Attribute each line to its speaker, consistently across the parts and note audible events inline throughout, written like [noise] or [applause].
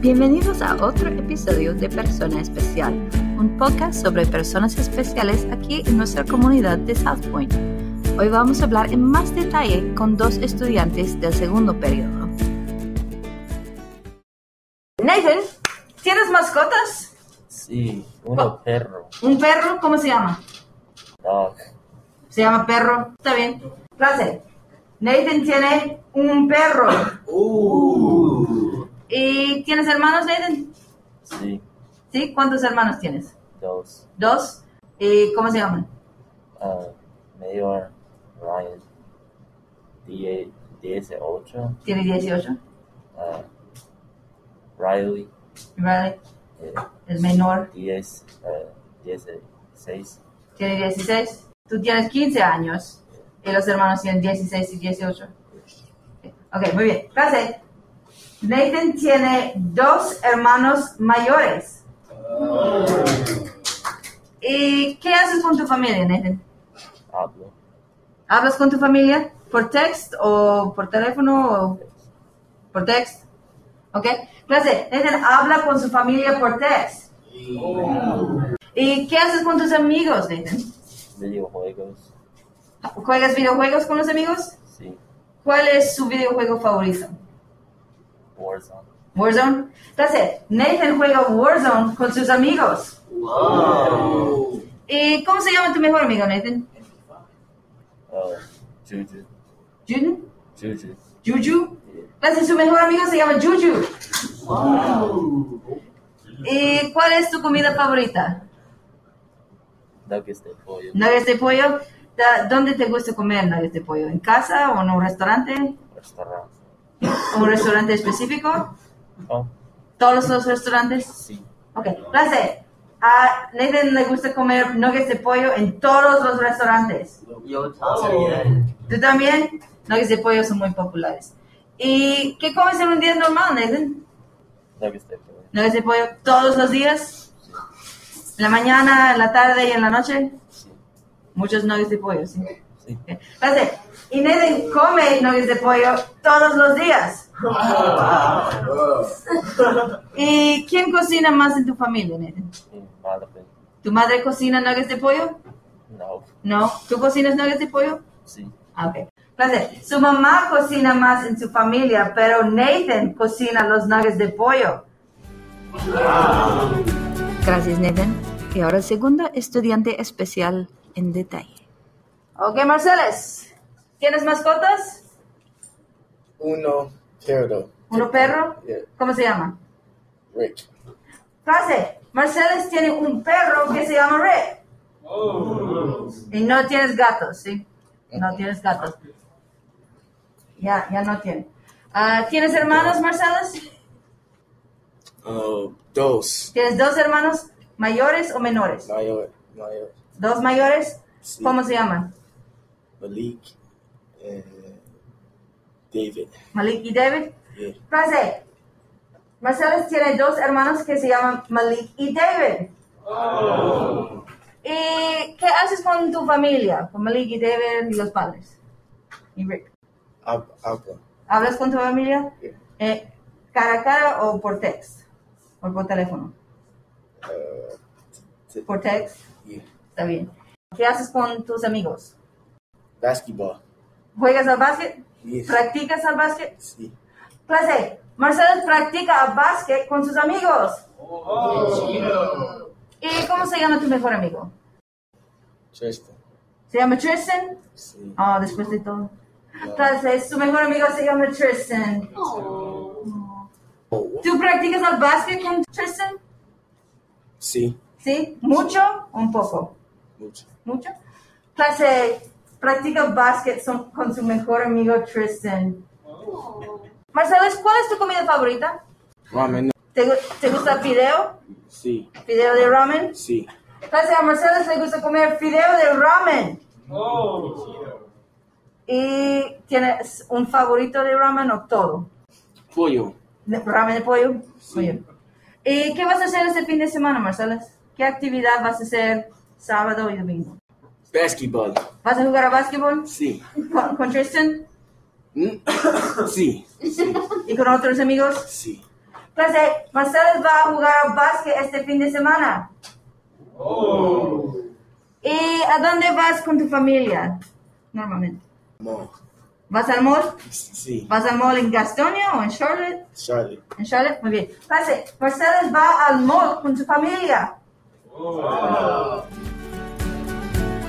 Speaker 1: Bienvenidos a otro episodio de Persona Especial, un podcast sobre personas especiales aquí en nuestra comunidad de South Point. Hoy vamos a hablar en más detalle con dos estudiantes del segundo periodo. Nathan, ¿tienes mascotas? Oh,
Speaker 2: Sí, uno perro.
Speaker 1: ¿Un perro? ¿Cómo se llama?
Speaker 2: Dog.
Speaker 1: Se llama perro. Está bien. Placer. Nathan tiene un perro.
Speaker 2: Uh.
Speaker 1: ¿Y tienes hermanos, Nathan?
Speaker 2: Sí,
Speaker 1: ¿Sí? ¿Cuántos hermanos tienes?
Speaker 2: dos.
Speaker 1: Dos. ¿Y cómo se llaman?
Speaker 2: Ah, mayor Ryan. Die- Dieciocho.
Speaker 1: Tiene 18.
Speaker 2: Ah, Riley.
Speaker 1: Riley,
Speaker 2: eh,
Speaker 1: el menor,
Speaker 2: Diez. ah, dieciséis.
Speaker 1: tiene 16. Tú tienes 15 años y los hermanos tienen 16 y 18. Ok, muy bien. Frase. Nathan tiene dos hermanos mayores. ¿Y qué haces con tu familia, Nathan?
Speaker 2: Hablo.
Speaker 1: ¿Hablas con tu familia por text o por teléfono o por text? ¿Ok? Clase, Nathan habla con su familia por text. ¿Y qué haces con tus amigos, Nathan?
Speaker 2: Videojuegos.
Speaker 1: ¿Juegas videojuegos con los amigos?
Speaker 2: Sí.
Speaker 1: ¿Cuál es su videojuego favorito?
Speaker 2: Warzone.
Speaker 1: Warzone. Entonces, Nathan juega Warzone con sus amigos. ¿Y cómo se llama tu mejor amigo, Nathan?
Speaker 2: Ah, Juju.
Speaker 1: ¿Juden?
Speaker 2: Juju.
Speaker 1: ¿Juju? Entonces, su mejor amigo se llama Juju. ¿Y cuál es tu comida favorita?
Speaker 2: Nuggets de pollo.
Speaker 1: ¿Nuggets de pollo? Da- ¿Dónde te gusta comer nuggets de pollo? ¿En casa o en un restaurante?
Speaker 2: Restaurante.
Speaker 1: ¿Un restaurante específico?
Speaker 2: Oh,
Speaker 1: ¿Todos los restaurantes?
Speaker 2: sí.
Speaker 1: Ok, clase. A Nathan le gusta comer nuggets de pollo en todos los restaurantes.
Speaker 3: Yo también.
Speaker 1: ¿Tú también? Nuggets de pollo son muy populares. ¿Y qué comes en un día normal, Nathan?
Speaker 2: Nuggets de pollo.
Speaker 1: Nuggets de pollo todos los días. En la mañana, en la tarde y en la noche.
Speaker 2: Sí.
Speaker 1: Muchos nuggets de pollo, sí.
Speaker 2: Sí.
Speaker 1: Ok, Clase. Y Nathan come nuggets de pollo todos los días. ¿Y quién cocina más en tu familia, Nathan?
Speaker 2: Y Malaga.
Speaker 1: ¿Tu madre cocina nuggets de pollo?
Speaker 2: No.
Speaker 1: No. ¿Tú cocinas nuggets de pollo?
Speaker 2: Sí.
Speaker 1: Ah, Ok. Entonces, su mamá cocina más en su familia, pero Nathan cocina los nuggets de pollo.
Speaker 4: Gracias, Nathan. Y ahora el segundo estudiante especial en detalle.
Speaker 1: Ok, Marceles, ¿tienes mascotas?
Speaker 5: Uno cerdo.
Speaker 1: ¿Uno perro?
Speaker 5: Yeah,
Speaker 1: ¿Cómo se llama?
Speaker 5: Rick.
Speaker 1: Frase, Marceles tiene un perro que se llama Rick. Y no tienes gatos, ¿sí? No tienes gatos. Ya, ya no tiene. Ah, ¿Tienes hermanos, Marceles?
Speaker 5: Uh, dos.
Speaker 1: ¿Tienes dos hermanos mayores o menores?
Speaker 5: Mayor, mayor.
Speaker 1: ¿Dos mayores?
Speaker 5: Sí.
Speaker 1: ¿Cómo se llaman?
Speaker 5: Malik and David.
Speaker 1: Malik y David.
Speaker 5: Yeah.
Speaker 1: Frase. Marcelo tiene dos hermanos que se llaman Malik y David. ¿Y qué haces con tu familia? Con Malik y David y los padres. Y Rick.
Speaker 5: Ab- Abba.
Speaker 1: ¿Hablas con tu familia?
Speaker 5: Yeah.
Speaker 1: Eh, ¿Cara a cara o por text? ¿O por teléfono?
Speaker 5: Uh, t-
Speaker 1: Por text.
Speaker 5: yeah.
Speaker 1: Está bien. ¿Qué haces con tus amigos?
Speaker 5: Basketball.
Speaker 1: ¿Juegas al básquet?
Speaker 5: Yes.
Speaker 1: ¿Practicas al básquet?
Speaker 5: Sí.
Speaker 1: Clase, Marcelo practica básquet con sus amigos. ¿Y cómo se llama tu mejor amigo?
Speaker 5: Tristan.
Speaker 1: ¿Se llama Tristan?
Speaker 5: Sí.
Speaker 1: Ah, después de todo. Clase, su mejor amigo se llama Tristan.
Speaker 5: Oh.
Speaker 1: ¿Tú practicas al básquet con Tristan?
Speaker 5: Sí.
Speaker 1: ¿Sí? ¿Mucho o un poco?
Speaker 5: Mucho.
Speaker 1: ¿Mucho? Clase, practica básquet son- con su mejor amigo Tristan. Marcelo, ¿cuál es tu comida favorita?
Speaker 5: Ramen.
Speaker 1: ¿Te, gu- te gusta el fideo?
Speaker 5: Sí.
Speaker 1: ¿Fideo de ramen?
Speaker 5: Sí.
Speaker 1: Clase a Marcelo le gusta comer fideo de ramen. ¿Y tienes un favorito de ramen o todo?
Speaker 5: Pollo.
Speaker 1: ¿De- ¿Ramen de pollo? Muy bien. ¿Y qué vas a hacer este fin de semana, Marcelo? ¿Qué actividad vas a hacer sábado y domingo?
Speaker 5: Basketball.
Speaker 1: ¿Vas a jugar a básquetbol
Speaker 5: Sí.
Speaker 1: con, con Tristan
Speaker 5: Mm. sí. [coughs]
Speaker 1: y con otros amigos?
Speaker 5: Sí.
Speaker 1: Clase, Marcelo va a jugar a básquet este fin de semana.
Speaker 4: Oh.
Speaker 1: ¿Y a dónde vas con tu familia? Normalmente.
Speaker 5: Mom.
Speaker 1: ¿Vas al mall?
Speaker 5: Sí.
Speaker 1: ¿Vas al mall en Gastonia o en Charlotte?
Speaker 5: Charlie.
Speaker 1: ¿En Charlotte? Muy bien. Clase, Marcelo va al mall con su familia.
Speaker 4: Oh.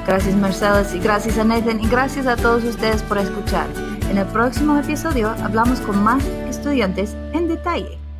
Speaker 4: Gracias Mercedes y gracias a Nathan y gracias a todos ustedes por escuchar. En el próximo episodio hablamos con más estudiantes en detalle.